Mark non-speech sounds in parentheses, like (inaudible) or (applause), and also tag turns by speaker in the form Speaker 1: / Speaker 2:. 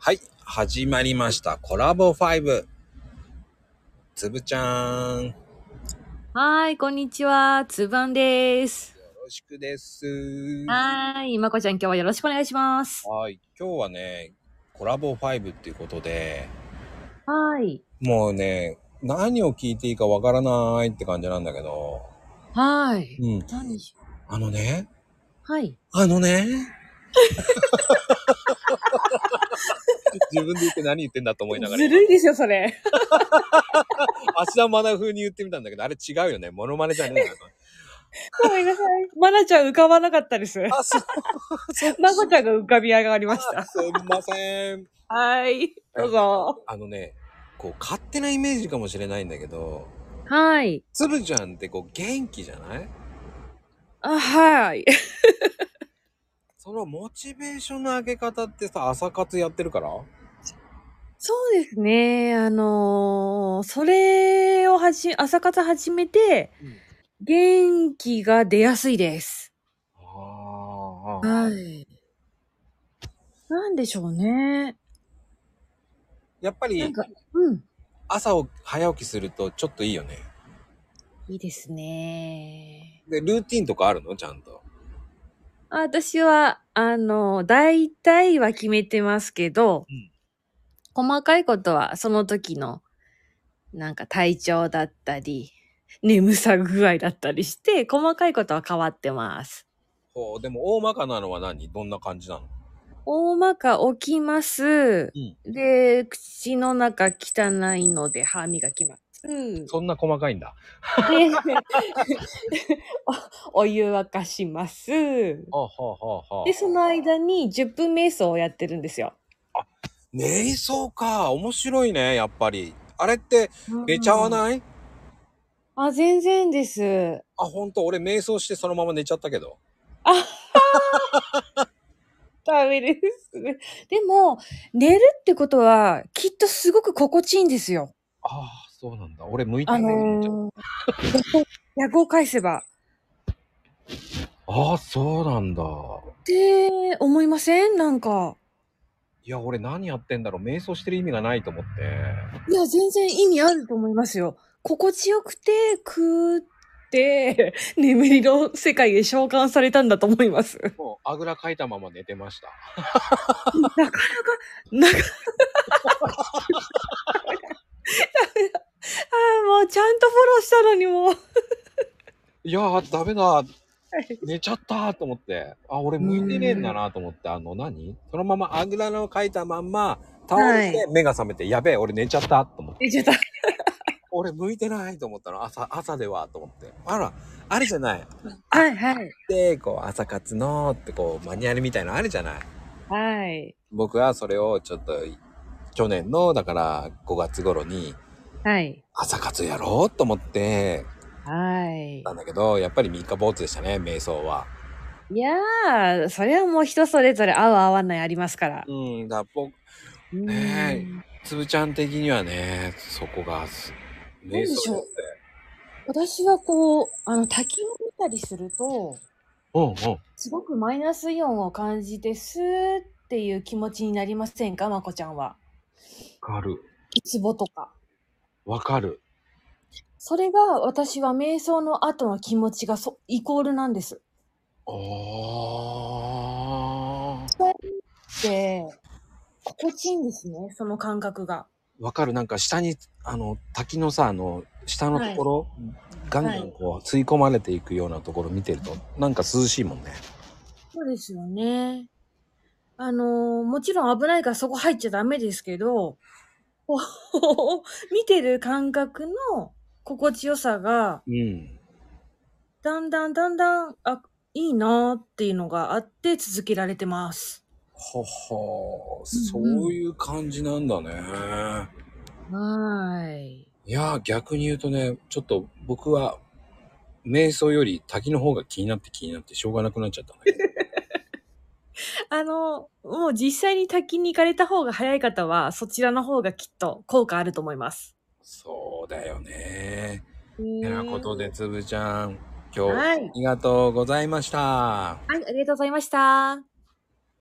Speaker 1: はい、始まりました。コラボ5。つぶちゃーん。よ
Speaker 2: はーい、こんにちは。つばんです。
Speaker 1: ろしくです。
Speaker 2: はーい、まこちゃん今日はよろしくお願いします。
Speaker 1: はい、今日はね、コラボ5っていうことで、
Speaker 2: はーい。
Speaker 1: もうね、何を聞いていいかわからないって感じなんだけど、
Speaker 2: はーい。
Speaker 1: うん。
Speaker 2: 何でしょ
Speaker 1: あのね、
Speaker 2: うはい。
Speaker 1: あのね。自分で言って何言ってんだと思いながら、 (laughs)
Speaker 2: ずるいですよ、それ。
Speaker 1: 芦田愛菜風に言ってみたんだけど、あれ違うよね。モノマネじゃねえな。
Speaker 2: ごめんなさい。まなちゃん浮かばなかったです。
Speaker 1: あ、そう、
Speaker 2: まこちゃんが浮かび上がりました。
Speaker 1: すいません。
Speaker 2: はーい。どうぞ。
Speaker 1: あのね、こう、勝手なイメージかもしれないんだけど、
Speaker 2: はーい。
Speaker 1: つぶちゃんってこう、元気じゃない
Speaker 2: あ、はーい。
Speaker 1: そのモチベーションの上げ方ってさ、朝活やってるから
Speaker 2: そうですね。あのー、それをはじ、朝活始めて、元気が出やすいです。
Speaker 1: ああ。
Speaker 2: はい。なんでしょうね。
Speaker 1: やっぱ
Speaker 2: なん
Speaker 1: り、
Speaker 2: か、うん。
Speaker 1: 朝を早起きするとちょっといいよね。
Speaker 2: いいですね。
Speaker 1: で、ルーティンとかあるのちゃんと。
Speaker 2: あ私は、あの、大体は決めてますけど、
Speaker 1: うん
Speaker 2: 細かいことはその時の、なんか体調だったり、眠さ具合だったりして、細かいことは変わってます。
Speaker 1: ほう、でも大まかなのは何どんな感じなの
Speaker 2: 大まか起きます。
Speaker 1: うん
Speaker 2: で、口の中汚いので歯磨きます。うん、で
Speaker 1: そんな細かいんだ。
Speaker 2: (laughs) おお湯沸かします。
Speaker 1: はあ、はあはあはあ、
Speaker 2: で、その間に10分瞑想をやってるんですよ。
Speaker 1: 瞑想か。面白いね、やっぱり。あれって、寝ちゃわ
Speaker 2: い、
Speaker 1: ない、
Speaker 2: あ、全然です。
Speaker 1: あ、ほんと、俺瞑想してそのまま寝ちゃったけど。
Speaker 2: ダメです。でも、寝るってことは、きっとすごく心地いいんですよ。
Speaker 1: ああ、そうなんだ。俺向いて
Speaker 2: あ
Speaker 1: ないんだ。 (laughs)
Speaker 2: のー、逆を逆を返せば。
Speaker 1: ああ、そうなんだ。
Speaker 2: って思いませんなんか。
Speaker 1: いや、俺何やってんだろう。瞑想してる意味がないと思って。
Speaker 2: いや、全然意味あると思いますよ。心地よくて、くーって、眠りの世界へ召喚されたんだと思います。
Speaker 1: もう、あぐらかいたまま寝てました。
Speaker 2: なかなか、なかなか。ああ、もうちゃんとフォローしたのにもう。
Speaker 1: いやー、ダメだ。寝ちゃったと思って。あ、俺向いてねえんだなと思って。あの何、そのままあぐらのかいたまんま、倒れ
Speaker 2: は
Speaker 1: て目が覚めて、やべえ、俺寝ちゃったと思って。
Speaker 2: え、ちょっと、
Speaker 1: 俺向いてないと思ったの。朝、朝ではと思って。あら、あれじゃない。
Speaker 2: (laughs) はいはい。
Speaker 1: で、こう、朝活のってこう、マニュアルみたいのあるじゃない。
Speaker 2: はい。
Speaker 1: 僕はそれをちょっと去年のだから5月頃に
Speaker 2: はい。
Speaker 1: 朝活やろうと思って
Speaker 2: はい
Speaker 1: た。んだけどやっぱり三日坊主でしたね瞑想は。
Speaker 2: いやー、それはもう人それぞれ合う合わないありますから。
Speaker 1: うんだから僕
Speaker 2: ね
Speaker 1: つぶちゃん的にはねそこがす
Speaker 2: なん
Speaker 1: 瞑
Speaker 2: でし
Speaker 1: 想
Speaker 2: ょう
Speaker 1: だって。
Speaker 2: 私はこう、あの、滝を見たりすると、
Speaker 1: うんうん。
Speaker 2: すごくマイナスイオンを感じて、スーっていう気持ちになりませんか、まこちゃんは。
Speaker 1: わかる。
Speaker 2: イツボとか。
Speaker 1: わかる。
Speaker 2: それが私は瞑想の後の気持ちがそイコールなんです。
Speaker 1: あー
Speaker 2: で、心地いいんですね、その感覚が。
Speaker 1: わかる。なんか下にあの滝のさあの下のところ、ガンガンこう吸い込まれていくようなところ見てるとなんか涼しいもんね。
Speaker 2: そうですよね。あのー、もちろん危ないからそこ入っちゃダメですけど、 (laughs) こう見てる感覚の心地よさが、
Speaker 1: うん。
Speaker 2: だんだんだんだん、あ、いいなーっていうのがあって続けられてます。
Speaker 1: はは
Speaker 2: うん
Speaker 1: そういう感じなんだね。
Speaker 2: はーい。
Speaker 1: いやー、逆に言うとね、ちょっと僕は、瞑想より滝の方が気になって気になってしょうがなくなっちゃったんだけ
Speaker 2: (laughs)
Speaker 1: ど。
Speaker 2: あの、もう実際に滝に行かれた方が早い方は、そちらの方がきっと効果あると思います。
Speaker 1: そうだよね。
Speaker 2: と
Speaker 1: てなことで、つぶちゃん、今日、
Speaker 2: はい
Speaker 1: ありがとうございました。
Speaker 2: はい、ありがとうございました。